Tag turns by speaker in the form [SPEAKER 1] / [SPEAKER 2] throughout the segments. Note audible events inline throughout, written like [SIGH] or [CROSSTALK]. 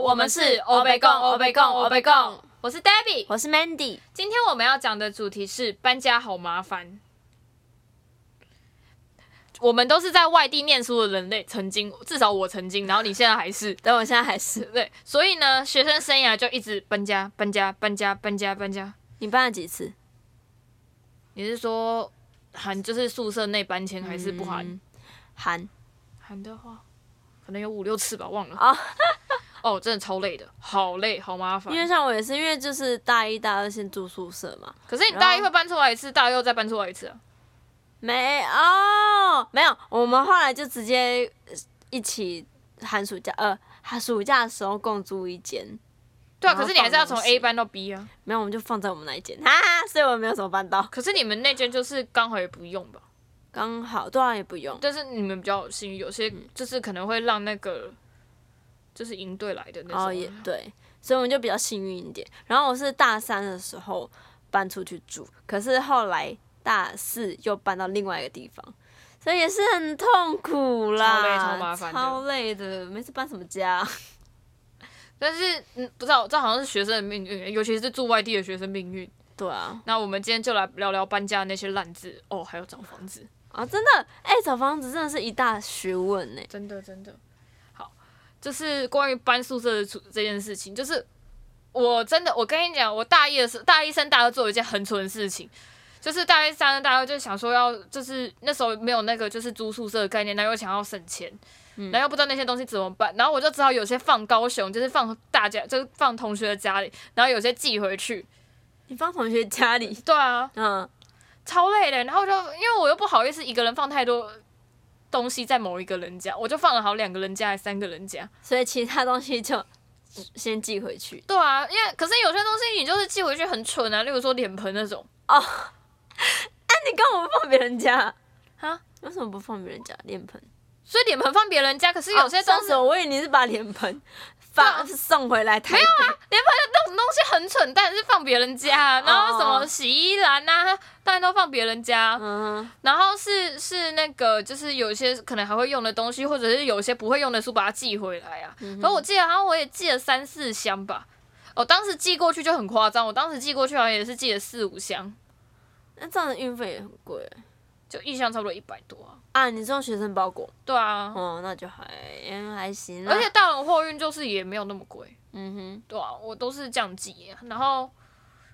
[SPEAKER 1] 我们是欧贝贡，欧贝贡，欧贝贡。我是 Debbie，
[SPEAKER 2] 我是 Mandy，
[SPEAKER 1] 今天我们要讲的主题是搬家好麻烦。我们都是在外地念书的人类，曾经至少我曾经，然后你现在还是
[SPEAKER 2] 但我现在还是
[SPEAKER 1] 对，所以呢，学生生涯就一直搬家、搬家、搬家、搬家、搬家。
[SPEAKER 2] 你搬了几次？
[SPEAKER 1] 你是说含就是宿舍内搬迁，还是不含？
[SPEAKER 2] 嗯韩
[SPEAKER 1] 含的话，可能有五六次吧，忘了。
[SPEAKER 2] 啊
[SPEAKER 1] [LAUGHS] 哦，真的超累的，好累，好麻烦
[SPEAKER 2] 因。为像我也是，因为就是大一、大二先住宿舍嘛，
[SPEAKER 1] 可是你大一会搬出来一次，大二又再搬出来一次啊。
[SPEAKER 2] 没哦，没有，我们后来就直接呃一起寒暑假，呃，寒暑假的时候共租一间，
[SPEAKER 1] 对啊，
[SPEAKER 2] 然后
[SPEAKER 1] 可是你还是要从
[SPEAKER 2] 放东西
[SPEAKER 1] A 搬到 B 啊。
[SPEAKER 2] 没有，我们就放在我们那一间，哈哈，所以我们没有什么搬到，
[SPEAKER 1] 可是你们那间就是刚好也不用吧？
[SPEAKER 2] 刚好对啊，也不用，
[SPEAKER 1] 但是你们比较有幸运，有些就是可能会让那个就是营队来的那种。
[SPEAKER 2] 哦，也对，所以我们就比较幸运一点。然后我是大三的时候搬出去住，可是后来大四又搬到另外一个地方，所以也是很痛苦啦，
[SPEAKER 1] 超累超麻烦的
[SPEAKER 2] 超累的。每次搬什么家？啊
[SPEAKER 1] 但是嗯，不知道这好像是学生的命运，尤其是住外地的学生命运。
[SPEAKER 2] [LAUGHS] 对啊，
[SPEAKER 1] 那我们今天就来聊聊搬家的那些烂字哦，还有找房子，
[SPEAKER 2] 啊，真的，哎、找房子真的是一大学问呢、
[SPEAKER 1] 真的真的。好，就是关于搬宿舍的处这件事情，就是我真的，我跟你讲，我大一的时候，大一升大二做了一件很蠢的事情。就是大一、三、大二就想说要，就是那时候没有那个就是租宿舍的概念，然后又想要省钱，然后又不知道那些东西怎么办，然后我就只好有些放高雄，就是放大家，就是放同学的家里，然后有些寄回去。
[SPEAKER 2] 你放同学家里，
[SPEAKER 1] 对啊，
[SPEAKER 2] 嗯，
[SPEAKER 1] 超累的。然后就因为我又不好意思一个人放太多东西在某一个人家，我就放了好两个人家，还三个人家。
[SPEAKER 2] 所以其他东西就先寄回去。 [LAUGHS]
[SPEAKER 1] 对啊，因为可是有些东西你就是寄回去很蠢啊，例如说脸盆那种，
[SPEAKER 2] 那你干嘛不放别人家
[SPEAKER 1] 啊？
[SPEAKER 2] 为什么不放别人家脸盆？
[SPEAKER 1] 所以脸盆放别人家，可是有些
[SPEAKER 2] 双
[SPEAKER 1] 东西、啊
[SPEAKER 2] 手，哦我以为你是把脸盆
[SPEAKER 1] [LAUGHS]
[SPEAKER 2] 放送回来台北。
[SPEAKER 1] 那种东西很蠢，但是放别人家啊，
[SPEAKER 2] 哦
[SPEAKER 1] 然后什么洗衣篮啊，当然都放别人家。啊
[SPEAKER 2] 嗯，
[SPEAKER 1] 然后是是那个，就是有一些可能还会用的东西，或者是有一些不会用的书，把它寄回来啊。
[SPEAKER 2] 嗯
[SPEAKER 1] 然后我记得好像我也寄了三四箱吧。哦，当时寄过去就很夸张，我当时寄过去好像也是寄了四五箱，
[SPEAKER 2] 那这样的运费也很贵
[SPEAKER 1] 就一箱差不多一百多啊。
[SPEAKER 2] 啊！你这种学生包裹，
[SPEAKER 1] 对啊，
[SPEAKER 2] 哦，那就还嗯还行啦。
[SPEAKER 1] 而且大龙货运就是也没有那么贵。
[SPEAKER 2] 嗯
[SPEAKER 1] 对啊，我都是这样寄，然后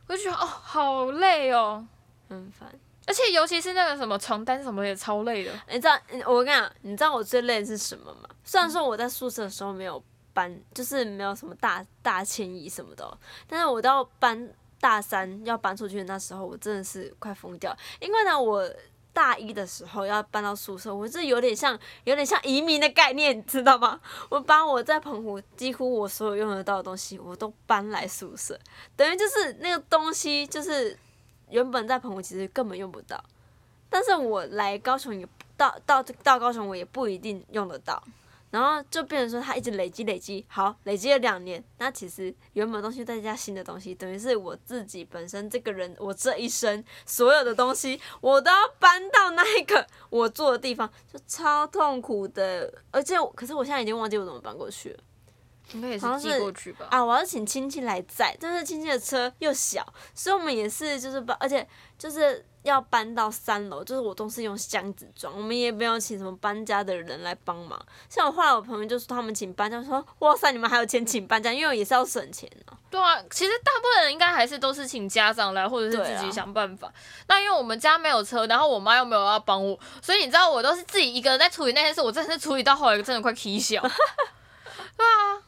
[SPEAKER 1] 我就觉得哦，好累哦。
[SPEAKER 2] 哼，很烦。
[SPEAKER 1] 而且尤其是那个什么床单什么也超累的，
[SPEAKER 2] 你知道，嗯我跟你讲，你知道我最累的是什么吗？虽然说我在宿舍的时候没有搬，就是没有什么大大迁移什么的哦，但是我到搬大三要搬出去的那时候，我真的是快疯掉。因为呢，我大一的时候要搬到宿舍，我是有点像有点像移民的概念，你知道吗？我把我在澎湖几乎我所有用得到的东西，我都搬来宿舍，等于就是那个东西就是原本在澎湖其实根本用不到，但是我来高雄也到到到高雄我也不一定用得到。然后就变成说，它一直累积累积，好，累积了两年。那其实原本的东西再加新的东西，等于是我自己本身这个人，我这一生所有的东西，我都要搬到那一个我住的地方，就超痛苦的。而且我，可是我现在已经忘记我怎么搬过去了。
[SPEAKER 1] 应该也
[SPEAKER 2] 好
[SPEAKER 1] 是
[SPEAKER 2] 像
[SPEAKER 1] 寄
[SPEAKER 2] 是
[SPEAKER 1] 过去吧。
[SPEAKER 2] 啊，我要请亲戚来载，但是亲戚的车又小，所以我们也是就是搬，而且就是要搬到三楼，就是我都是用箱子装，我们也没有请什么搬家的人来帮忙。像我后来我朋友就说他们请搬家，我说哇塞，你们还有钱请搬家，因为我也是要省钱哦、
[SPEAKER 1] 对啊，其实大部分人应该还是都是请家长来，或者是
[SPEAKER 2] 对啊
[SPEAKER 1] 自己想办法。那因为我们家没有车，然后我妈又没有要帮我，所以你知道我都是自己一个人在处理那件事，我真的是处理到后来真的快气
[SPEAKER 2] [LAUGHS]
[SPEAKER 1] 笑。对啊，啊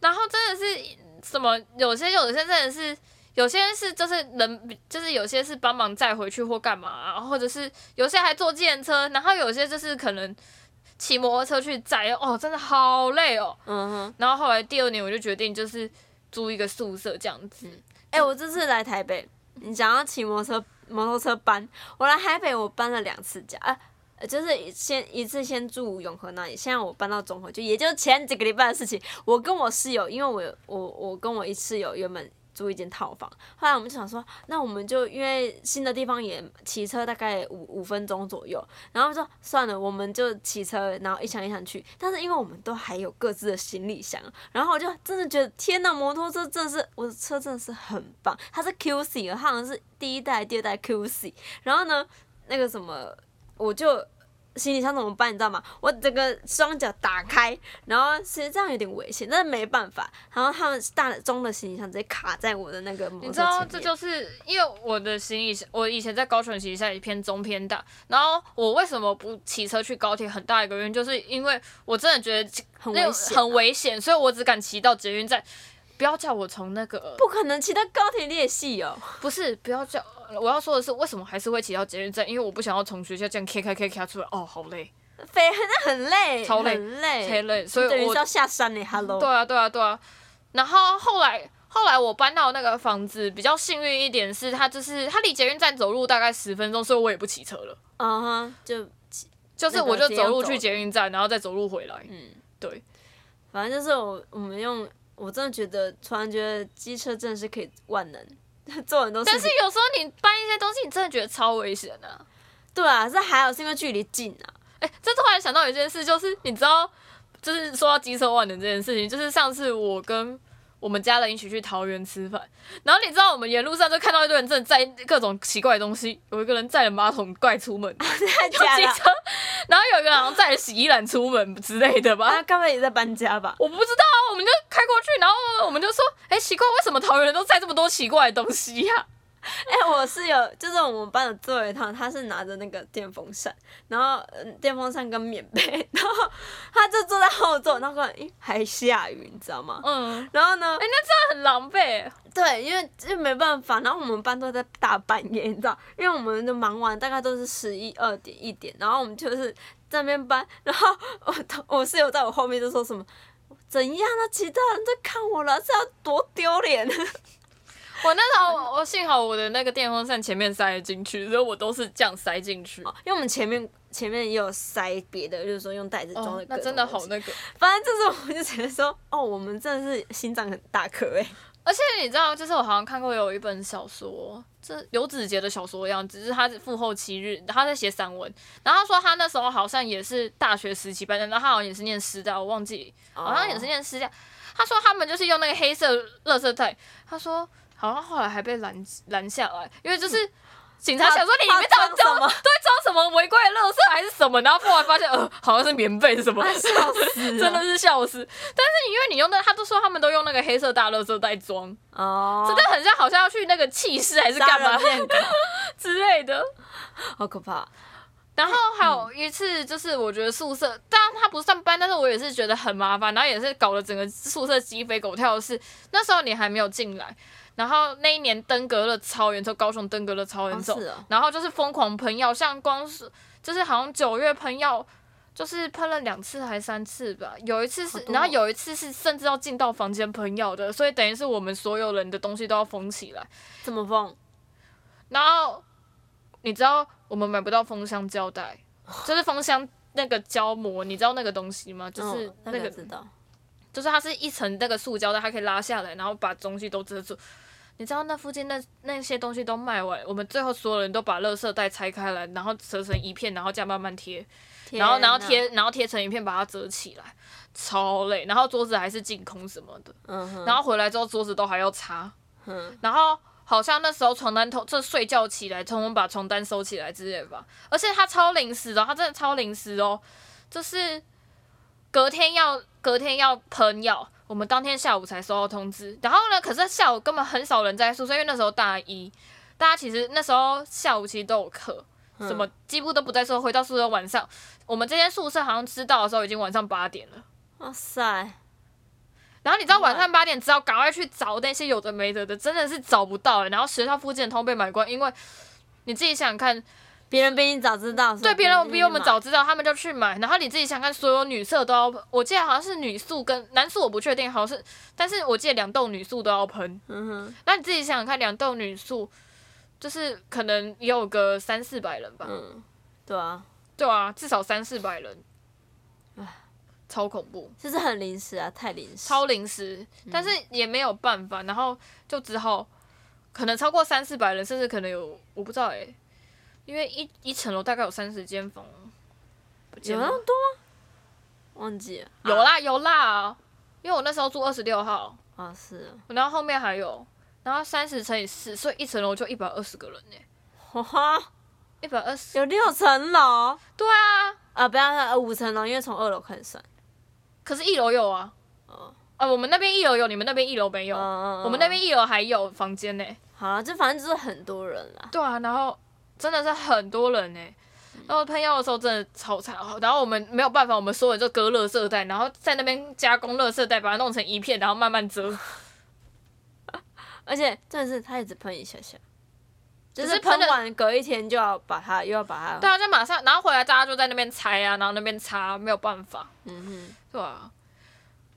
[SPEAKER 1] 然后真的是什么有些有些真的是。有些是就是人，就是有些是帮忙载回去或干嘛、啊，或者是有些还坐计程车，然后有些就是可能骑摩托车去载，哦，真的好累哦。
[SPEAKER 2] 嗯哼，
[SPEAKER 1] 然后后来第二年我就决定就是租一个宿舍这样子，
[SPEAKER 2] 哎、我这次来台北，你想要骑摩托车摩托车搬，我来台北我搬了两次家，啊。呃就是先一次先住永和那里，现在我搬到中和，就也就是前几个礼拜的事情。我跟我室友，因为我有我我跟我一室友原本租一间套房。后来我们就想说，那我们就因为新的地方也骑车大概五五分钟左右，然后就说算了，我们就骑车，然后一箱一箱去。但是因为我们都还有各自的行李箱，然后我就真的觉得天呐，摩托车真的是我的车真的是很棒，它是 QC，的它好像是第一代、第二代 QC。然后呢，那个什么，我就。行李箱怎么办？你知道吗？我整个双脚打开，然后其实这样有点危险，但是没办法。然后他们大的中的行李箱直接卡在我的那个摩
[SPEAKER 1] 你
[SPEAKER 2] 托
[SPEAKER 1] 知
[SPEAKER 2] 车
[SPEAKER 1] 道，
[SPEAKER 2] 哦前
[SPEAKER 1] 这
[SPEAKER 2] 面。
[SPEAKER 1] 就是因为我的行李箱，我以前在高雄的行李箱也偏中偏大。然后我为什么不骑车去高铁？很大一个原因就是因为我真的觉得
[SPEAKER 2] 很
[SPEAKER 1] 那
[SPEAKER 2] 危
[SPEAKER 1] 种
[SPEAKER 2] 险啊、
[SPEAKER 1] 很危险，所以我只敢骑到捷运站。不要叫我从那个
[SPEAKER 2] 不可能骑到高铁裂隙哦。
[SPEAKER 1] 不是，不要叫。我要说的是，为什么还是会骑到捷运站？因为我不想要从学校这样 K 开 K 开出来，哦，好累，
[SPEAKER 2] 飞那很累，
[SPEAKER 1] 超累
[SPEAKER 2] 很累，
[SPEAKER 1] 太累。所以
[SPEAKER 2] 哎等于
[SPEAKER 1] 我
[SPEAKER 2] 是要下山嘞。Hello，
[SPEAKER 1] 对啊，对啊，对啊。然后后来后来我搬到那个房子，比较幸运一点是，它就是它离捷运站走路大概十分钟，所以我也不骑车了，
[SPEAKER 2] 嗯哼，就
[SPEAKER 1] 就是
[SPEAKER 2] 那个
[SPEAKER 1] 我就
[SPEAKER 2] 直接用
[SPEAKER 1] 走路
[SPEAKER 2] 走
[SPEAKER 1] 去
[SPEAKER 2] 的
[SPEAKER 1] 捷运站，然后再走路回来。嗯，对，
[SPEAKER 2] 反正就是我我们用，我真的觉得突然觉得机车真的是可以万能， [LAUGHS] 做很多事
[SPEAKER 1] 但
[SPEAKER 2] 情。
[SPEAKER 1] 是有时候你搬一些东西，你真的觉得超危险的、啊。
[SPEAKER 2] 对啊，这还好是因为距离近啊。
[SPEAKER 1] 哎、这突然想到一件事，就是你知道，就是说到机车万能这件事情，就是上次我跟我们家人一起去桃园吃饭，然后你知道我们沿路上就看到一堆人正在载各种奇怪的东西，有一个人载了马桶盖出门，
[SPEAKER 2] 太假
[SPEAKER 1] 机
[SPEAKER 2] 了，
[SPEAKER 1] 车，然后有一个人好像载了洗衣篮出门之类的吧。
[SPEAKER 2] 啊，该不会也在搬家吧？ [LAUGHS]
[SPEAKER 1] 我不知道啊，我们就开过去，然后我们就说，哎、奇怪，为什么桃园人都载这么多奇怪的东西呀、
[SPEAKER 2] 哎、我室友就是我们班的最后一趟，他是拿着那个电风扇，然后嗯电风扇跟棉被， [LAUGHS] 然后他就坐在后座，那个诶还下雨，你知道吗？
[SPEAKER 1] [LAUGHS] 嗯，
[SPEAKER 2] 然后呢
[SPEAKER 1] 哎、，那真的很狼狈。
[SPEAKER 2] 对，因为就没办法，然后我们班都在大半夜，你知道，因为我们就忙完大概都是十一二点一点，然后我们就是在那边搬， [LAUGHS] 然后我同我室友在我后面就说什么。怎样啊？其他人在看我了，这要多丢脸！ [LAUGHS]
[SPEAKER 1] 我那时候我幸好我的那个电风扇前面塞得进去，所以我都是这样塞进去。
[SPEAKER 2] 因为我们前面前面也有塞别的，就是说用袋子装
[SPEAKER 1] 哦
[SPEAKER 2] 的、，
[SPEAKER 1] 那真的好。那个，
[SPEAKER 2] 反正就是我就觉得说，哦，我们真的是心脏很大颗哎、
[SPEAKER 1] 而且你知道，就是我好像看过有一本小说，这刘子杰的小说一样，只是他是父后七日，他在写散文。然后他说他那时候好像也是大学时期班的，然后他好像也是念师大，我忘记， [LAUGHS] 好像
[SPEAKER 2] 哦
[SPEAKER 1] 也是念师大。他说他们就是用那个黑色垃圾袋，他说好像后来还被拦拦下来，因为就是警察想说你里面到
[SPEAKER 2] 嗯他
[SPEAKER 1] 底
[SPEAKER 2] 装
[SPEAKER 1] 装
[SPEAKER 2] 什么？
[SPEAKER 1] 对，装什么违规的垃圾还是什么，然后后来发现，呃，好像是棉被是什么，
[SPEAKER 2] 哦笑死
[SPEAKER 1] [LAUGHS]
[SPEAKER 2] 了！
[SPEAKER 1] 真的是笑死。但是因为你用的，他都说他们都用那个黑色大垃圾袋装，
[SPEAKER 2] 哦，
[SPEAKER 1] 真的很像好像要去那个弃尸还是干嘛
[SPEAKER 2] 杀人
[SPEAKER 1] [LAUGHS]
[SPEAKER 2] 面
[SPEAKER 1] 之类的。
[SPEAKER 2] 好可怕。
[SPEAKER 1] 然后
[SPEAKER 2] 嗯
[SPEAKER 1] 还有一次就是我觉得宿舍，当然他不算班，但是我也是觉得很麻烦，然后也是搞得整个宿舍鸡飞狗跳的是，那时候你还没有进来。然后那一年登革热超严重，高雄登革热超严
[SPEAKER 2] 哦
[SPEAKER 1] 重，
[SPEAKER 2] 是哦
[SPEAKER 1] 然后就是疯狂喷药，像光是就是好像九月喷药，就是喷了两次还三次吧，有一次是
[SPEAKER 2] 好，多哦
[SPEAKER 1] 然后有一次是甚至要进到房间喷药的，所以等于是我们所有人的东西都要封起来。
[SPEAKER 2] 怎么封？
[SPEAKER 1] 然后你知道我们买不到封箱胶带，就是封箱那个胶膜，你知道那个东西吗？就是
[SPEAKER 2] 嗯
[SPEAKER 1] 那
[SPEAKER 2] 那
[SPEAKER 1] 个，
[SPEAKER 2] 知道。
[SPEAKER 1] 就是它是一层那个塑胶带，它可以拉下来，然后把东西都遮住。你知道那附近那那些东西都卖完，我们最后所有人都把垃圾袋拆开来，然后折成一片，然后这样慢慢贴，然后然后
[SPEAKER 2] 天哪，
[SPEAKER 1] 贴然后贴成一片，把它折起来，超累。然后桌子还是净空什么的，
[SPEAKER 2] 嗯哼，
[SPEAKER 1] 然后回来之后桌子都还要擦，
[SPEAKER 2] 嗯
[SPEAKER 1] 然后好像那时候床单头就睡觉起来，匆匆把床单收起来之类的吧。而且他超临时的哦，他真的超临时哦，就是隔天要隔天要喷药，我们当天下午才收到通知。然后呢，可是下午根本很少人在宿舍，因为那时候大一，大家其实那时候下午其实都有课。什么几乎都不在宿舍，回到宿舍晚上，我们这间宿舍好像知道的时候已经晚上八点了。
[SPEAKER 2] 哇塞，
[SPEAKER 1] 然后你知道晚上八点之后赶快去找那些有的没的的，真的是找不到、欸。然后学校附近的通被买光，因为你自己想想看，
[SPEAKER 2] 别人比你早知道，
[SPEAKER 1] 对别人比我们
[SPEAKER 2] 早。
[SPEAKER 1] 早知道，他们就去买。然后你自己想想看，所有女舍都要，我记得好像是女宿跟男宿我不确定，好像是，但是我记得两栋女宿都要喷。
[SPEAKER 2] 嗯哼，
[SPEAKER 1] 那你自己想想看，两栋女宿就是可能也有个三
[SPEAKER 2] 嗯
[SPEAKER 1] 四百人吧，
[SPEAKER 2] 嗯，对啊，
[SPEAKER 1] 对啊，至少三四百人。超恐怖，
[SPEAKER 2] 就是很临时啊，太临时。
[SPEAKER 1] 超临时，
[SPEAKER 2] 嗯
[SPEAKER 1] 但是也没有办法，然后就只好可能超过三四百人，甚至可能有我不知道哎、因为一一层楼大概有三十间房，
[SPEAKER 2] 有啊那么多吗？忘记了。
[SPEAKER 1] 有啦有啦，因为我那时候住二十六号，
[SPEAKER 2] 啊，啊是啊，
[SPEAKER 1] 然后后面还有，然后三十乘以四，所以一层楼就一百二十个人呢、
[SPEAKER 2] 哇，
[SPEAKER 1] 1一百二十，
[SPEAKER 2] 哦有六层楼
[SPEAKER 1] 对啊，
[SPEAKER 2] 啊，不要呃五层楼，因为从二楼开始算。
[SPEAKER 1] 可是一楼有啊，
[SPEAKER 2] 哦
[SPEAKER 1] 啊，我们那边一楼有，你们那边一楼没有，
[SPEAKER 2] 嗯
[SPEAKER 1] 我们那边一楼还有房间呢、
[SPEAKER 2] 好了，就反正就是很多人啦。
[SPEAKER 1] 对啊，然后真的是很多人呢、然后喷药的时候真的超惨，然后我们没有办法，我们所有人就割垃圾袋，然后在那边加工垃圾袋，把它弄成一片，然后慢慢遮，
[SPEAKER 2] 而且真的是他也只喷一下下，就
[SPEAKER 1] 只
[SPEAKER 2] 是
[SPEAKER 1] 是喷了
[SPEAKER 2] 喷完隔一天就要把它又要把
[SPEAKER 1] 对
[SPEAKER 2] 它，
[SPEAKER 1] 啊，就马上，然后回来大家就在那边拆啊，然后那边擦，没有办法，
[SPEAKER 2] 嗯哼，
[SPEAKER 1] 对啊。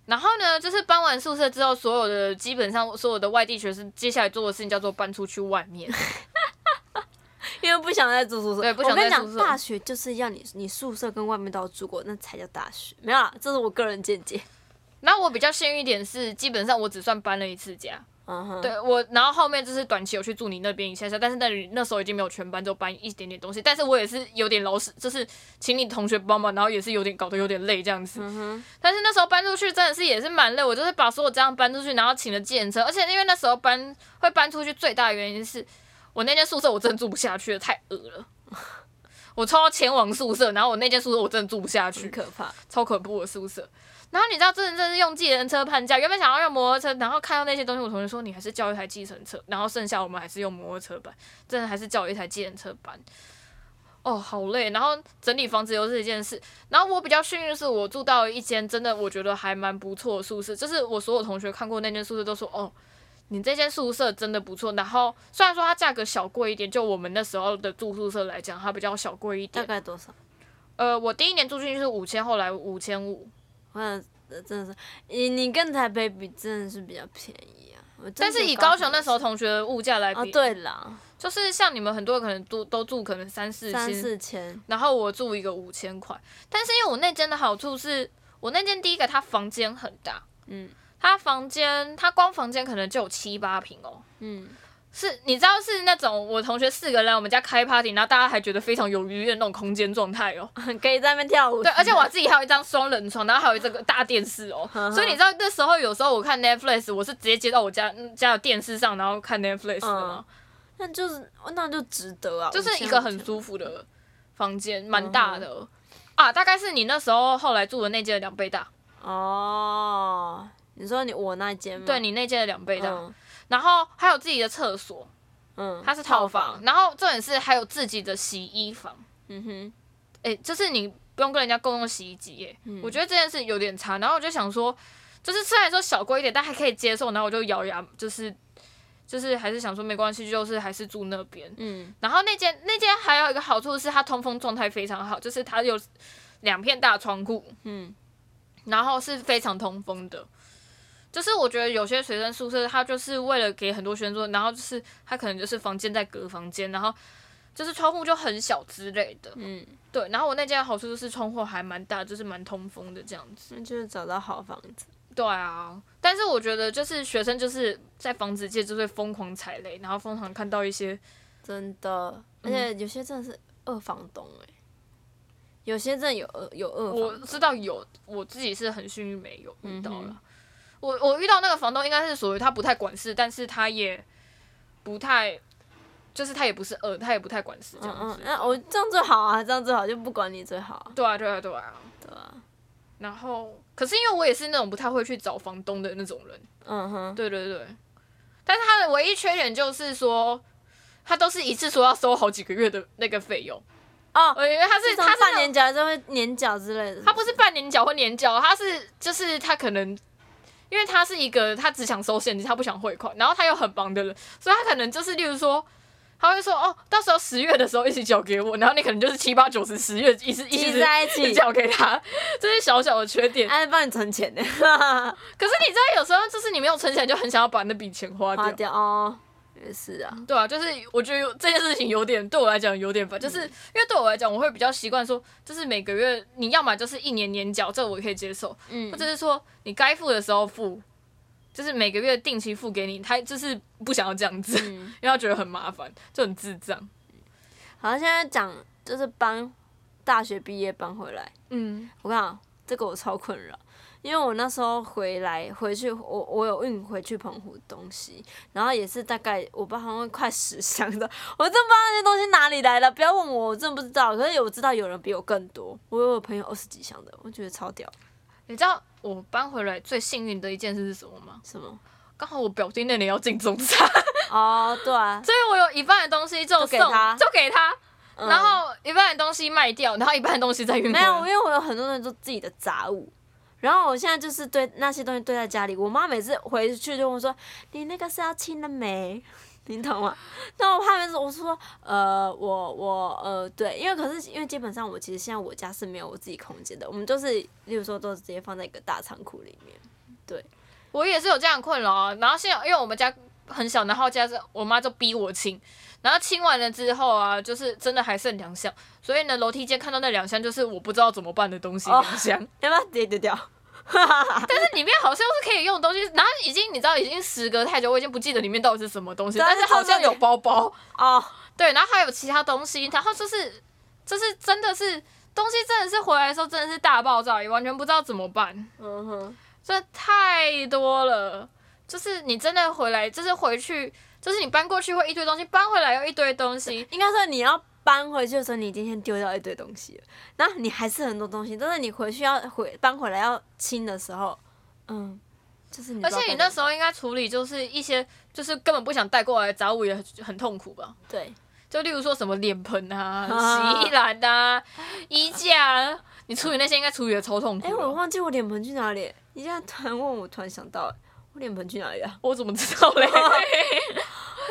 [SPEAKER 1] 然后呢，就是搬完宿舍之后，所有的基本上所有的外地学生接下来做的事情叫做搬出去外面， [LAUGHS]
[SPEAKER 2] [LAUGHS] 因为不想再住宿舍。
[SPEAKER 1] 对不想
[SPEAKER 2] 我跟你
[SPEAKER 1] 再住
[SPEAKER 2] 讲，
[SPEAKER 1] 宿舍
[SPEAKER 2] 大学就是要你你宿舍跟外面都要住过，那才叫大学。没有啦，这是我个人见解。
[SPEAKER 1] 然后我比较幸运一点是，基本上我只算搬了一次家，
[SPEAKER 2] 嗯哼，
[SPEAKER 1] 对我，然后后面就是短期有去住你那边一下下，但是那里那时候已经没有全班，就搬一点点东西。但是我也是有点老师，就是请你同学帮忙，然后也是有点搞得有点累这样子。
[SPEAKER 2] 嗯哼，
[SPEAKER 1] 但是那时候搬出去真的是也是蛮累，我就是把所有家当搬出去，然后请了计程车，而且因为那时候搬会搬出去最大的原因是我那间宿舍我真的住不下去了，太恶了。我超前往宿舍，然后我那间宿舍我真的住不下去
[SPEAKER 2] 很，可怕。
[SPEAKER 1] 超恐怖的宿舍。然后你知道，真的真是用计程车判价，原本想要用摩托车，然后看到那些东西，我同学说你还是叫一台计程车，然后剩下我们还是用摩托车搬，真的还是叫一台计程车搬。哦，好累。然后整理房子又是一件事，然后我比较幸运的是，我住到一间真的我觉得还蛮不错的宿舍，就是我所有同学看过那间宿舍都说，哦，你这间宿舍真的不错。然后虽然说它价格小贵一点，就我们那时候的住宿舍来讲，它比较小贵一
[SPEAKER 2] 大
[SPEAKER 1] 点。
[SPEAKER 2] 概多少？
[SPEAKER 1] 呃，我第一年住进去是五千，后来五千五。
[SPEAKER 2] 我想呃真的是你你跟台北比真的是比较便宜啊。我真的
[SPEAKER 1] 但是以
[SPEAKER 2] 觉得
[SPEAKER 1] 高雄那时候
[SPEAKER 2] 是
[SPEAKER 1] 同学的物价来
[SPEAKER 2] 哦
[SPEAKER 1] 比，
[SPEAKER 2] 对啦，
[SPEAKER 1] 就是像你们很多可能都都住可能三四
[SPEAKER 2] 三
[SPEAKER 1] 千，
[SPEAKER 2] 四千，
[SPEAKER 1] 然后我住一个五千块。但是因为我那间的好处是，我那间第一个它房间很大，
[SPEAKER 2] 嗯
[SPEAKER 1] 它房间它光房间可能就有七八平哦。
[SPEAKER 2] 嗯，
[SPEAKER 1] 是，你知道是那种我同学四个人来我们家开 party，然后大家还觉得非常有愉悦那种空间状
[SPEAKER 2] [LAUGHS]
[SPEAKER 1] 态哦。
[SPEAKER 2] 嗯可以在那边跳舞。。
[SPEAKER 1] 对，而且我自己还有一张双人床，然后还有这个大电视哦
[SPEAKER 2] [LAUGHS]
[SPEAKER 1] 所以你知道那时候有时候我看 Netflix，我是直接接到我家嗯家的电视上，然后看 Netflix 的嘛。
[SPEAKER 2] 嗯那就是那就值得啊，
[SPEAKER 1] 就是一个很舒服的房间，蛮大的、啊，大概是你那时候后来住的那间的两倍大，
[SPEAKER 2] 服哦。你说你我那间吗？
[SPEAKER 1] 对你那间的两倍大，
[SPEAKER 2] 嗯
[SPEAKER 1] 然后还有自己的厕所，
[SPEAKER 2] 嗯，
[SPEAKER 1] 它是套房，，然后重点是还有自己的洗衣房，
[SPEAKER 2] 嗯哼，
[SPEAKER 1] 诶、就是你不用跟人家共用洗衣机、耶、我觉得这件事有点差，然后我就想说，就是虽然说小贵一点，但还可以接受，然后我就咬牙，就是就是还是想说没关系，就是还是住那边，
[SPEAKER 2] 嗯
[SPEAKER 1] 然后那间那间还有一个好处是它通风状态非常好，就是它有两片大窗户，
[SPEAKER 2] 嗯
[SPEAKER 1] 然后是非常通风的。就是我觉得有些学生宿舍，它就是为了给很多学生住，然后就是它可能就是房间在隔房间，然后就是窗户就很小之类的。
[SPEAKER 2] 嗯，
[SPEAKER 1] 对，然后我那间的好处就是窗户还蛮大，就是蛮通风的这样子。
[SPEAKER 2] 那就是找到好房子，
[SPEAKER 1] 对啊，但是我觉得就是学生就是在房子界就会疯狂踩雷，然后疯狂看到一些
[SPEAKER 2] 真的，而
[SPEAKER 1] 嗯
[SPEAKER 2] 且有些真的是二房东哎，有些真的有二有二
[SPEAKER 1] 我
[SPEAKER 2] 房东，
[SPEAKER 1] 知道有，我自己是很幸运没有遇到了。
[SPEAKER 2] 嗯
[SPEAKER 1] 我我遇到那个房东应该是属于他不太管事，但是他也不太，就是他也不是恶，他也不太管事这
[SPEAKER 2] 嗯
[SPEAKER 1] 样
[SPEAKER 2] 嗯
[SPEAKER 1] 子。，
[SPEAKER 2] 那我这样最好啊，这样最好就不管你最好啊，
[SPEAKER 1] 对啊，对啊，对啊。
[SPEAKER 2] 对啊，
[SPEAKER 1] 然后，可是因为我也是那种不太会去找房东的那种人，
[SPEAKER 2] 嗯哼，
[SPEAKER 1] 对对对。但是他的唯一缺点就是说，他都是一次说要收好几个月的那个费用，呃
[SPEAKER 2] 哦，
[SPEAKER 1] 我以为他是
[SPEAKER 2] 是从
[SPEAKER 1] 他是那
[SPEAKER 2] 半
[SPEAKER 1] 种
[SPEAKER 2] 年缴就会年缴之类的，
[SPEAKER 1] 他不是半年缴或年缴，他是就是他可能，因为他是一个他只想收现金，他不想汇款，然后他又很忙的人，所以他可能就是例如说，他会说哦，到时候十月的时候一起缴给我，然后你可能就是七八九十十月一直一
[SPEAKER 2] 挤
[SPEAKER 1] 直
[SPEAKER 2] 在一起，
[SPEAKER 1] 缴给他，这是小小的缺点。
[SPEAKER 2] 哎，帮你存钱
[SPEAKER 1] [LAUGHS]
[SPEAKER 2] 呢，
[SPEAKER 1] 可是你知道，有时候就是你没有存起来，就很想要把那笔钱花掉。
[SPEAKER 2] 花掉哦，也是啊，
[SPEAKER 1] 对啊，就是我觉得这件事情有点对我来讲有点烦，就是因
[SPEAKER 2] 嗯
[SPEAKER 1] 为对我来讲，我会比较习惯说，就是每个月你要么就是一年年缴，这我可以接受，
[SPEAKER 2] 嗯
[SPEAKER 1] 或者是说你该付的时候付，就是每个月定期付给你，他就是不想要这样子，
[SPEAKER 2] 嗯，
[SPEAKER 1] [LAUGHS] 因为他觉得很麻烦，就很智障。
[SPEAKER 2] 好像现在讲就是搬大学毕业搬回来，
[SPEAKER 1] 嗯
[SPEAKER 2] 我看啊，这个我超困扰，因为我那时候回来回去，我我有运回去澎湖东西，然后也是大概我爸好像快十箱的，我真不知道那些东西哪里来的，不要问我，我真的不知道。可是我知道有人比我更多，我有朋友二十几箱的，我觉得超屌。
[SPEAKER 1] 你知道我搬回来最幸运的一件事是什么吗？
[SPEAKER 2] 什么？
[SPEAKER 1] 刚好我表弟那年要进中
[SPEAKER 2] [LAUGHS]
[SPEAKER 1] 餐，
[SPEAKER 2] 哦，对啊，
[SPEAKER 1] 所以我有一半的东西就送
[SPEAKER 2] 就给他
[SPEAKER 1] 就给他，
[SPEAKER 2] 嗯
[SPEAKER 1] 然后一半的东西卖掉，然后一半的东西再运回
[SPEAKER 2] 没
[SPEAKER 1] 来。
[SPEAKER 2] 有，因为我有很多东西都自己的杂物。然后我现在就是对那些东西堆在家里，我妈每次回去就问我说：“你那个是要清了没？” [LAUGHS] 你懂吗？那我怕没事，我说呃，我我呃，对，因为可是因为基本上我其实现在我家是没有我自己空间的，我们就是例如说都直接放在一个大仓库里面。
[SPEAKER 1] 我也是有这样的困扰啊。然后现在因为我们家很小，然后加上我妈就逼我清，然后清完了之后啊，就是真的还剩两箱，所以呢，楼梯间看到那两箱就是我不知道怎么办的东西，
[SPEAKER 2] 哦
[SPEAKER 1] 两箱。 [LAUGHS]
[SPEAKER 2] 要不要直接丢掉？
[SPEAKER 1] 但是里面好像是可以用的东西，然后已经你知道已经时隔太久，我已经不记得里面到底是什么东西，
[SPEAKER 2] 对啊
[SPEAKER 1] 但是好像有包包，
[SPEAKER 2] 哦，
[SPEAKER 1] 对，然后还有其他东西，然后就是就是真的是东西真的是回来的时候真的是大爆炸，也完全不知道怎么办。
[SPEAKER 2] 嗯哼，
[SPEAKER 1] 这太多了。就是你真的回来，就是回去，就是你搬过去会一堆东西，搬回来又一堆东西。
[SPEAKER 2] 应该说你要搬回去的时候，你已经先丢掉一堆东西了，然后你还是很多东西，但是你回去要回搬回来要清的时候，嗯，就是你不
[SPEAKER 1] 而
[SPEAKER 2] 知道
[SPEAKER 1] 且你
[SPEAKER 2] 该
[SPEAKER 1] 那
[SPEAKER 2] 怎么
[SPEAKER 1] 时候应该处理就是一些就是根本不想带过来的杂物也很很痛苦吧？
[SPEAKER 2] 对，
[SPEAKER 1] 就例如说什么脸盆
[SPEAKER 2] [LAUGHS]
[SPEAKER 1] 啊、
[SPEAKER 2] 啊
[SPEAKER 1] 洗衣篮啊、衣架啊，你处理那些应该处理的超痛苦
[SPEAKER 2] 哎、
[SPEAKER 1] 的。
[SPEAKER 2] 我忘记我脸盆去哪里，你现在突然问我，突然想到、哎我脸盆去哪里啊？ [LAUGHS]
[SPEAKER 1] 我怎么知道嘞？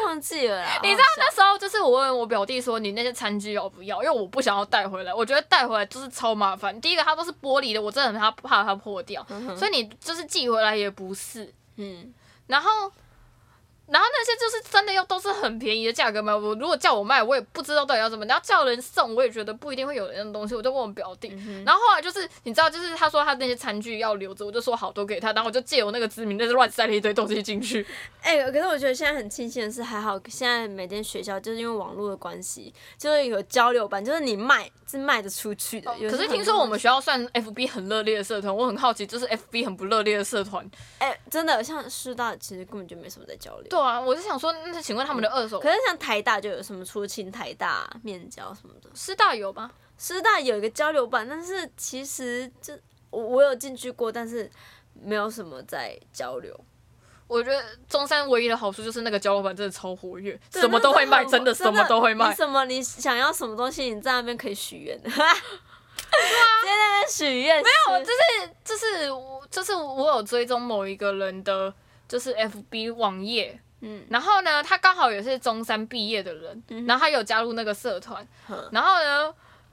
[SPEAKER 2] 忘记了啦，
[SPEAKER 1] 你知
[SPEAKER 2] 道
[SPEAKER 1] 那时候就是我问我表弟说你那些餐具要不要，因为我不想要带回来，我觉得带回来就是超麻烦。第一个它都是玻璃的，我真的很怕怕它破掉，所以你就是寄回来也不是。
[SPEAKER 2] 嗯，
[SPEAKER 1] 然后，然后那些就是真的要都是很便宜的价格买。我如果叫我卖，我也不知道到底要怎么。然后叫人送，我也觉得不一定会有人的东西，我就问我表弟。然后后来就是你知道，就是他说他那些餐具要留着，我就说好都给他，然后我就借我那个之名，就是乱塞了一堆东西进去。
[SPEAKER 2] 哎、可是我觉得现在很庆幸的是，还好现在每间学校就是因为网络的关系，就是有交流班，就是你卖是卖得出去的。有
[SPEAKER 1] 哦可
[SPEAKER 2] 些
[SPEAKER 1] 是
[SPEAKER 2] 很
[SPEAKER 1] 听说
[SPEAKER 2] 多
[SPEAKER 1] 我们学校算 FB 很热烈的社团，我很好奇，就是 FB 很不热烈的社团。
[SPEAKER 2] 哎、真的像师大其实根本就没什么在交流。
[SPEAKER 1] 对啊，我就想说，那请问他们的二手
[SPEAKER 2] 嗯可是像台大就有什么出清台大面交什么的，
[SPEAKER 1] 师大有吗？
[SPEAKER 2] 师大有一个交流版，但是其实就我我有进去过，但是没有什么在交流，
[SPEAKER 1] 我觉得中山唯一的好处就是那个交流版真的超活跃，
[SPEAKER 2] 对
[SPEAKER 1] 什么都会卖，
[SPEAKER 2] 那
[SPEAKER 1] 真的什么都会
[SPEAKER 2] 你
[SPEAKER 1] 卖。
[SPEAKER 2] 什么你想要什么东西，你在那边可以许
[SPEAKER 1] [LAUGHS]
[SPEAKER 2] 愿，对啊，直接在那边许愿，没有，就是
[SPEAKER 1] 就是我，就是我有追踪某一个人的，就是 FB 网页，
[SPEAKER 2] 嗯
[SPEAKER 1] 然后呢，他刚好也是中山毕业的人，然后他有加入那个社团，
[SPEAKER 2] 嗯
[SPEAKER 1] 然后呢，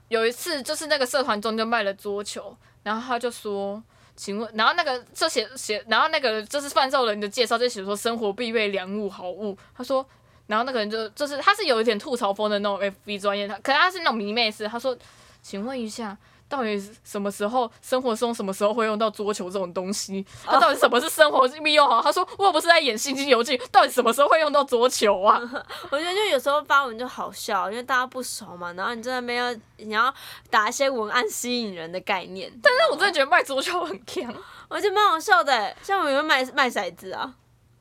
[SPEAKER 1] 有一次就是那个社团中就卖了桌球，然后他就说。请问，然后那个就写写，然后那个就是贩售人的介绍就写说生活必备良物好物，他说，然后那个人就就是他是有一点吐槽风的那种 FB 专业，他可是他是那种迷妹式，他说，请问一下，到底是什么时候生活中什么时候会用到桌球这种东西？他到底什么是生活利用好？他说我又不是在演《星际游记》，到底什么时候会用到桌球 [LAUGHS] 啊？
[SPEAKER 2] 我觉得就有时候发文就好笑，因为大家不熟嘛，然后你在那边要你要打一些文案吸引人的概念，但
[SPEAKER 1] 但是我真的觉得卖桌球很强
[SPEAKER 2] 我觉得蛮好笑的，欸像我们有卖卖骰子啊。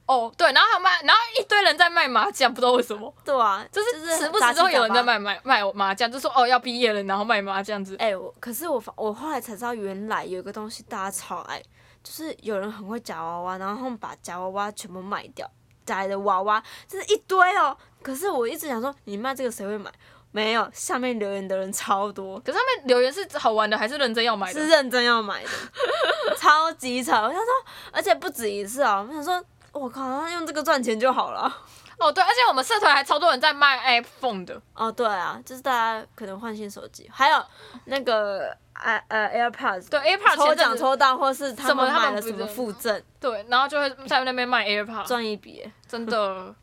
[SPEAKER 1] 哦，对，然后还有卖，然后一堆人在卖麻将，不知道为什么，
[SPEAKER 2] 对啊，就
[SPEAKER 1] 就是时不时都有人在。卖卖卖麻将，就说哦要毕业了，然后卖麻将之类。
[SPEAKER 2] 哎、我可是我发我后来才知道，原来有一个东西大家超爱，就是有人很会夹娃娃，然后他们把夹娃娃全部卖掉，夹来的娃娃就是一堆哦。可是我一直想说，你卖这个谁会买？没有，下面留言的人超多，
[SPEAKER 1] 可是他们留言是好玩的，还是认真要买
[SPEAKER 2] 是
[SPEAKER 1] 的？
[SPEAKER 2] 认真要买的，超级吵。我想说，而且不止一次啊、我想说，我靠，那用这个赚钱就好了。
[SPEAKER 1] 哦，对，而且我们社团还超多人在卖 iPhone 的，
[SPEAKER 2] 哦，对啊，就是大家可能换新手机，还有那个呃呃 AirPods，
[SPEAKER 1] 对 AirPod
[SPEAKER 2] 抽
[SPEAKER 1] 前
[SPEAKER 2] 奖
[SPEAKER 1] 阵子
[SPEAKER 2] 抽到，或是他
[SPEAKER 1] 怎么
[SPEAKER 2] 们
[SPEAKER 1] 他们
[SPEAKER 2] 买了
[SPEAKER 1] 不
[SPEAKER 2] 什么
[SPEAKER 1] 是
[SPEAKER 2] 附赠，
[SPEAKER 1] 对，然后就会在那边卖 AirPod，
[SPEAKER 2] 赚一笔。
[SPEAKER 1] 真的。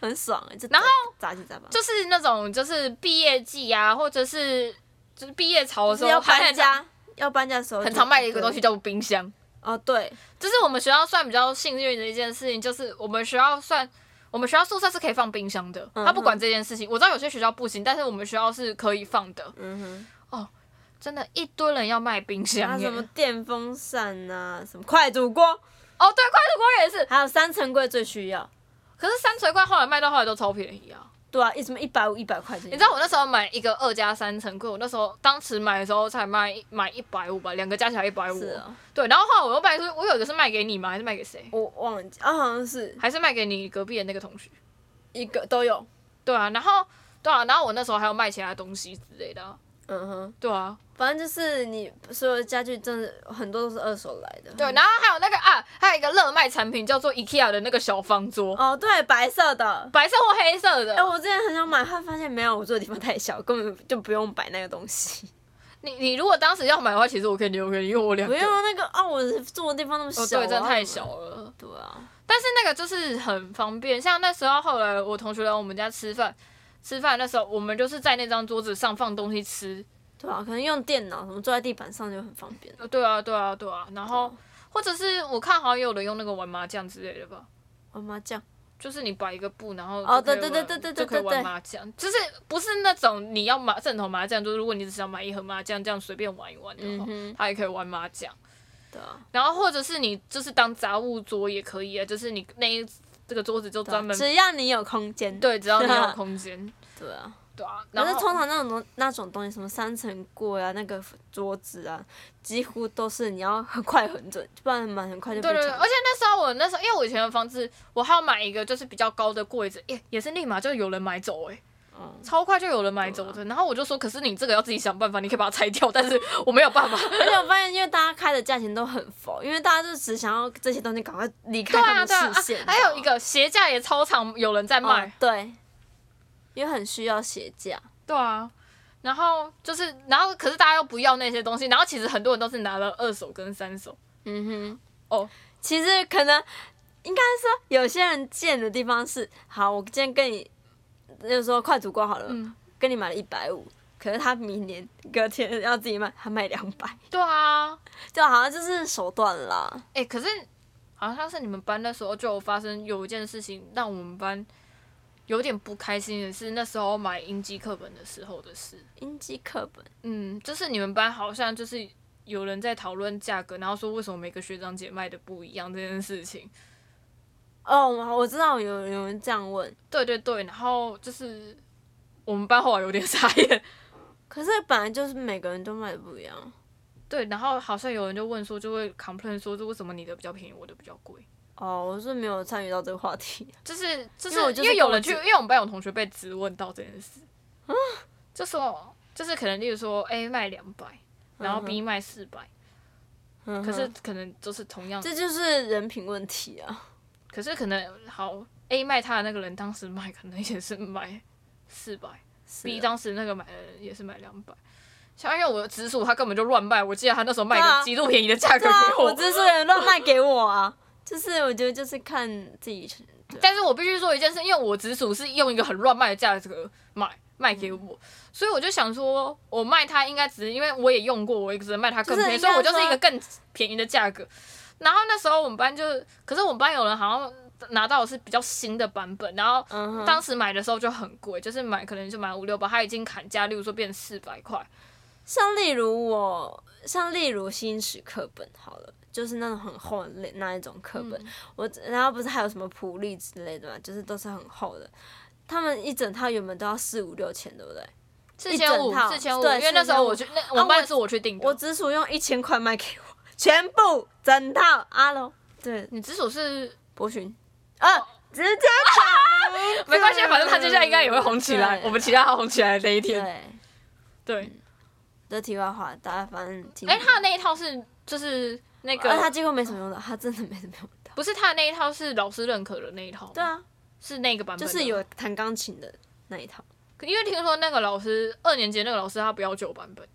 [SPEAKER 2] 很爽哎、欸，
[SPEAKER 1] 然
[SPEAKER 2] 后杂七杂八，
[SPEAKER 1] 就是那种就是毕业季啊，或者是就是毕业潮的时
[SPEAKER 2] 是
[SPEAKER 1] 候，
[SPEAKER 2] 要
[SPEAKER 1] 还
[SPEAKER 2] 搬
[SPEAKER 1] 很常
[SPEAKER 2] 家，要搬家的时候
[SPEAKER 1] 很
[SPEAKER 2] 就
[SPEAKER 1] 常卖的一个东西
[SPEAKER 2] 对
[SPEAKER 1] 叫做冰箱。
[SPEAKER 2] 哦，对，
[SPEAKER 1] 这是我们学校算比较幸运的一件事情，就是我们学校算我们学校宿舍是可以放冰箱的，
[SPEAKER 2] 嗯
[SPEAKER 1] 他不管这件事情。我知道有些学校不行，但是我们学校是可以放的。
[SPEAKER 2] 嗯哼，
[SPEAKER 1] 真的，一堆人要卖冰
[SPEAKER 2] 还
[SPEAKER 1] 箱
[SPEAKER 2] 有
[SPEAKER 1] 耶！
[SPEAKER 2] 啊什么电风扇呐、什么快煮锅，
[SPEAKER 1] 哦，对，快速锅也是，
[SPEAKER 2] 还有三层柜最需要。
[SPEAKER 1] 可是三锤罐后来卖到后来都超便宜啊。
[SPEAKER 2] 对啊，一什么一百五、一百块钱，
[SPEAKER 1] 你知道我那时候买一个二加三层柜，我那时候当时买的时候才卖买一百五吧，两个加起来一百五
[SPEAKER 2] 是。哦，
[SPEAKER 1] 对，然后后来我又卖出去，我有一个是卖给你吗？还是卖给谁？
[SPEAKER 2] 我忘记啊，好像是
[SPEAKER 1] 还是卖给你隔壁的那个同学？
[SPEAKER 2] 一个都有。
[SPEAKER 1] 对啊，然后对啊，然后我那时候还有卖其他东西之类的啊、
[SPEAKER 2] 嗯哼，
[SPEAKER 1] 对啊，
[SPEAKER 2] 反正就是你所有的家具，真的很多都是二手来的。
[SPEAKER 1] 对，然后还有那个啊，还有一个热卖产品叫做 IKEA 的那个小方桌，
[SPEAKER 2] 哦，对，白色的。
[SPEAKER 1] 白色或黑色
[SPEAKER 2] 哎、
[SPEAKER 1] 的。
[SPEAKER 2] 我之前很想买，后来发现没有，我住的地方太小，根本就不用摆那个
[SPEAKER 1] [LAUGHS]
[SPEAKER 2] 东西。
[SPEAKER 1] 你你如果当时要买的话，其实我可以留给你，因为我两
[SPEAKER 2] 不
[SPEAKER 1] 个。
[SPEAKER 2] 用那个啊，我住的地方那么小、
[SPEAKER 1] 哦，
[SPEAKER 2] 啊，
[SPEAKER 1] 对，真的太小。了。
[SPEAKER 2] 对啊，
[SPEAKER 1] 但是那个就是很方便，像那时候后来我同学来我们家吃饭，吃饭那时候我们就是在那张桌子上放东西吃。
[SPEAKER 2] 对啊，可能用电脑什么坐在地板上就很方便。
[SPEAKER 1] 呃对啊，对啊，对啊。然后或者是我看好像有人用那个玩麻将之类的吧。
[SPEAKER 2] 我妈这样，
[SPEAKER 1] 就是你摆一个布，然后
[SPEAKER 2] 哦
[SPEAKER 1] 就可以
[SPEAKER 2] 对对
[SPEAKER 1] 玩
[SPEAKER 2] 对对对
[SPEAKER 1] 就可以
[SPEAKER 2] 对对
[SPEAKER 1] 玩麻将，就是不是那种你要麻正统麻将，就是如果你只想买一盒麻将这样随便玩一玩的话，
[SPEAKER 2] 嗯哼，
[SPEAKER 1] 它也可以玩麻将。
[SPEAKER 2] 对啊，
[SPEAKER 1] 然后或者是你就是当杂物桌也可以啊，就是你那一这个桌子就
[SPEAKER 2] 对啊
[SPEAKER 1] 专门
[SPEAKER 2] 只要你有空间。
[SPEAKER 1] 对，只要你
[SPEAKER 2] [LAUGHS]
[SPEAKER 1] 有空间，
[SPEAKER 2] 对啊。
[SPEAKER 1] 对啊。然
[SPEAKER 2] 可是
[SPEAKER 1] 后
[SPEAKER 2] 通常那种东那种东西，什么三层柜啊，那个桌子啊，几乎都是你要很快很准，不然蛮很快就被
[SPEAKER 1] 对对对，
[SPEAKER 2] 抢
[SPEAKER 1] 而且那时候我那时候因为我以前的房子，我还要买一个就是比较高的柜子，也也是立马就有人买走哎、欸
[SPEAKER 2] 嗯
[SPEAKER 1] 超快就有人买走的，然后我就说，可是你这个要自己想办法，你可以把它拆掉，但是我没有办法，
[SPEAKER 2] 而且我发现，因为大家开的价钱都很浮，因为大家就只想要这些东西赶快离开
[SPEAKER 1] [LAUGHS] 对
[SPEAKER 2] 他
[SPEAKER 1] 啊，
[SPEAKER 2] 们
[SPEAKER 1] 对啊
[SPEAKER 2] 的视线。
[SPEAKER 1] 啊还有一个鞋架也超常有人在卖，
[SPEAKER 2] 哦对，因为很需要鞋架。
[SPEAKER 1] 对啊。然后就是，然后可是大家又不要那些东西，然后其实很多人都是拿了二手跟三手，
[SPEAKER 2] 嗯哼，
[SPEAKER 1] 哦，
[SPEAKER 2] 其实可能应该说有些人贱的地方是，好，我今天跟你就是说快煮锅好了，
[SPEAKER 1] 嗯
[SPEAKER 2] 跟你买了一百五，可是他明年隔天要自己卖，他卖两百， [LAUGHS]
[SPEAKER 1] 对啊，
[SPEAKER 2] 就好像就是手段啦。
[SPEAKER 1] 哎、可是好像是你们班那时候就有发生有一件事情让我们班有点不开心的是，那时候买英基课本的时候的事，
[SPEAKER 2] 英基课本，
[SPEAKER 1] 嗯，就是你们班好像就是有人在讨论价格，然后说为什么每个学长姐卖的不一样这件事情，
[SPEAKER 2] 哦，我我知道有有人这样问，
[SPEAKER 1] 对对对，然后就是我们班后来有点 [LAUGHS] 傻眼，
[SPEAKER 2] 可是本来就是每个人都卖的不一样。
[SPEAKER 1] 对，然后好像有人就问说，就会 complain 说，就为什么你的比较便宜，我的比较贵？
[SPEAKER 2] 哦，我是没有参与到这个话题。
[SPEAKER 1] 就是就是
[SPEAKER 2] 因为我就是
[SPEAKER 1] 因为有人
[SPEAKER 2] 跟我啊
[SPEAKER 1] 去，因为我们班有同学被质问到这件事，就说就是可能例如说 A 卖两百，然后
[SPEAKER 2] 嗯
[SPEAKER 1] B 卖四百、
[SPEAKER 2] 可
[SPEAKER 1] 可是可能就是同样，
[SPEAKER 2] 嗯 [LAUGHS] 这就是人品问题啊。
[SPEAKER 1] 可是可能好 A 卖他的那个人当时卖可能也是卖四百，B
[SPEAKER 2] 张
[SPEAKER 1] 当时那个买的人也是买两百。像因为我的直属他根本就乱卖，我记得他那时候卖
[SPEAKER 2] 对啊
[SPEAKER 1] 个极度便宜的价格
[SPEAKER 2] [LAUGHS] 对啊
[SPEAKER 1] 给，
[SPEAKER 2] 我只是人乱卖给我啊， [LAUGHS] 就是我觉得就是看自己去。对啊
[SPEAKER 1] 但是我必须说一件事，因为我直属是用一个很乱卖的价格买卖给我，
[SPEAKER 2] 嗯
[SPEAKER 1] 所以我就想说，我卖它应该只是因为我也用过，我也只能卖它更便宜，
[SPEAKER 2] 就是
[SPEAKER 1] 所以
[SPEAKER 2] 应该
[SPEAKER 1] 我就是一个更便宜的价格。然后那时候我们班就，可是我们班有人好像拿到的是比较新的版本，然后
[SPEAKER 2] 嗯哼
[SPEAKER 1] 当时买的时候就很贵，就是买可能就买五六百，它已经砍价，例如说变四百块，
[SPEAKER 2] 像例如我，像例如新史课本好了，就是那种很厚的那那一种课本，我然后不是还有什么普利之类的嘛，就是都是很厚的。他们一整套原本都要四五六千，对不对？
[SPEAKER 1] 四千五
[SPEAKER 2] 整，套
[SPEAKER 1] 四千五，
[SPEAKER 2] 对
[SPEAKER 1] 因为那时候
[SPEAKER 2] 4500
[SPEAKER 1] 我去那我们班的时候我去订的，
[SPEAKER 2] 啊我直属用一千块卖给我， [LAUGHS] 全部整套阿龙对
[SPEAKER 1] 你直属是
[SPEAKER 2] 博群，啊，直接打名字
[SPEAKER 1] 没关系，反正他接下来应该也会红起来，
[SPEAKER 2] 对
[SPEAKER 1] 我们期待他红起来的那一天，
[SPEAKER 2] 对。
[SPEAKER 1] 对。
[SPEAKER 2] 这题外话，大家反正听。
[SPEAKER 1] 哎、他的那一套是就是那个，
[SPEAKER 2] 啊他几乎没什么用的，他真的没什么用的。
[SPEAKER 1] 不是他的那一套是老师认可的那一套吗，
[SPEAKER 2] 对啊，
[SPEAKER 1] 是那个版本
[SPEAKER 2] 就
[SPEAKER 1] 的吗，
[SPEAKER 2] 是有弹钢琴的那一套。
[SPEAKER 1] 可，因为听说那个老师二年级那个老师他不要旧版本，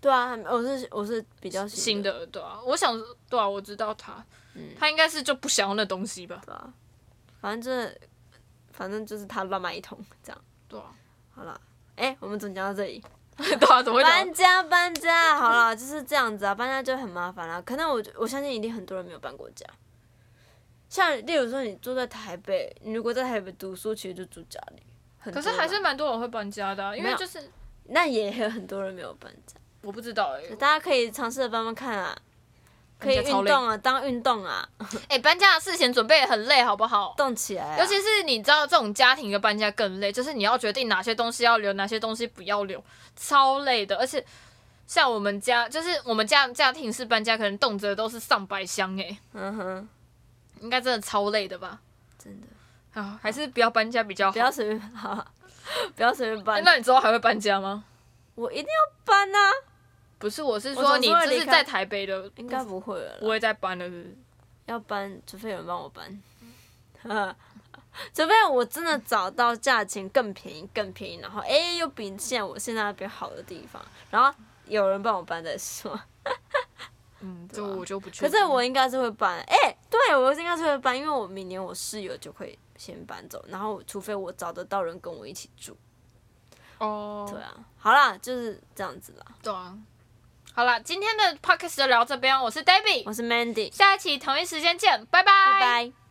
[SPEAKER 2] 对啊，我是我是比较
[SPEAKER 1] 新
[SPEAKER 2] 的，
[SPEAKER 1] 的对啊，我想对啊，我
[SPEAKER 2] 嗯
[SPEAKER 1] 知道他，他应该是就不想要那东西吧，
[SPEAKER 2] 对啊，反正这反正就是他乱骂一通，这样
[SPEAKER 1] 对
[SPEAKER 2] [LAUGHS]
[SPEAKER 1] 啊，
[SPEAKER 2] 好了。哎、我们总讲到这里，
[SPEAKER 1] 对啊，怎么会讲
[SPEAKER 2] 搬家搬家，好了，就是这样子啊，搬家就很麻烦啦、可能我我相信一定很多人没有搬过家，像例如说你住在台北，你如果在台北读书，其实就住家里，很
[SPEAKER 1] 可
[SPEAKER 2] 多
[SPEAKER 1] 是还是
[SPEAKER 2] 人
[SPEAKER 1] 蛮多人会搬家的啊、因
[SPEAKER 2] 没
[SPEAKER 1] 为
[SPEAKER 2] 有
[SPEAKER 1] 就是
[SPEAKER 2] 那也有很多人没有搬家，
[SPEAKER 1] 我不知道哎、
[SPEAKER 2] 大家可以尝试着搬搬看啊，可以
[SPEAKER 1] 搬家超
[SPEAKER 2] 运
[SPEAKER 1] 累
[SPEAKER 2] 动啊，当运动啊，
[SPEAKER 1] 哎、搬家的事前准备得很累，好不好？
[SPEAKER 2] 动起来、啊，
[SPEAKER 1] 尤其是你知道这种家庭的搬家更累，就是你要决定哪些东西要留，哪些东西不要留，超累的。而且像我们家，就是我们家家庭式搬家，可能动辄都是上百箱哎、
[SPEAKER 2] 嗯哼，
[SPEAKER 1] 应该真的超累的吧？
[SPEAKER 2] 真的
[SPEAKER 1] 啊，还是不要搬家比较好。
[SPEAKER 2] 不要随便，好 [LAUGHS] 啊，不要随便
[SPEAKER 1] 哎
[SPEAKER 2] 搬，
[SPEAKER 1] 那你之后还会搬家吗？
[SPEAKER 2] 我一定要搬啊，
[SPEAKER 1] 不是，我是
[SPEAKER 2] 我
[SPEAKER 1] 说
[SPEAKER 2] 总
[SPEAKER 1] 你
[SPEAKER 2] 是会
[SPEAKER 1] 就
[SPEAKER 2] 离
[SPEAKER 1] 是
[SPEAKER 2] 开
[SPEAKER 1] 在台北的，
[SPEAKER 2] 应该不会了啦
[SPEAKER 1] 不。会再搬了，是不是？
[SPEAKER 2] 要搬，除非有人帮我搬， [LAUGHS] 除非我真的找到价钱更便宜、更便宜，然后哎、诶又比现在我现在那边好的地方，然后有人帮我搬再说。
[SPEAKER 1] 嗯，就我就不去。
[SPEAKER 2] 啊可是我应该是会搬，哎、对我应该是会搬，因为我明年我室友就会先搬走，然后除非我找得到人跟我一起住。
[SPEAKER 1] 哦，
[SPEAKER 2] 对啊，好啦，就是这样子啦。
[SPEAKER 1] 对啊。好了，今天的 podcast 就聊到这边，我是 Debbie，
[SPEAKER 2] 我是 Mandy，
[SPEAKER 1] 下一期同一时间见，拜拜。
[SPEAKER 2] 拜拜。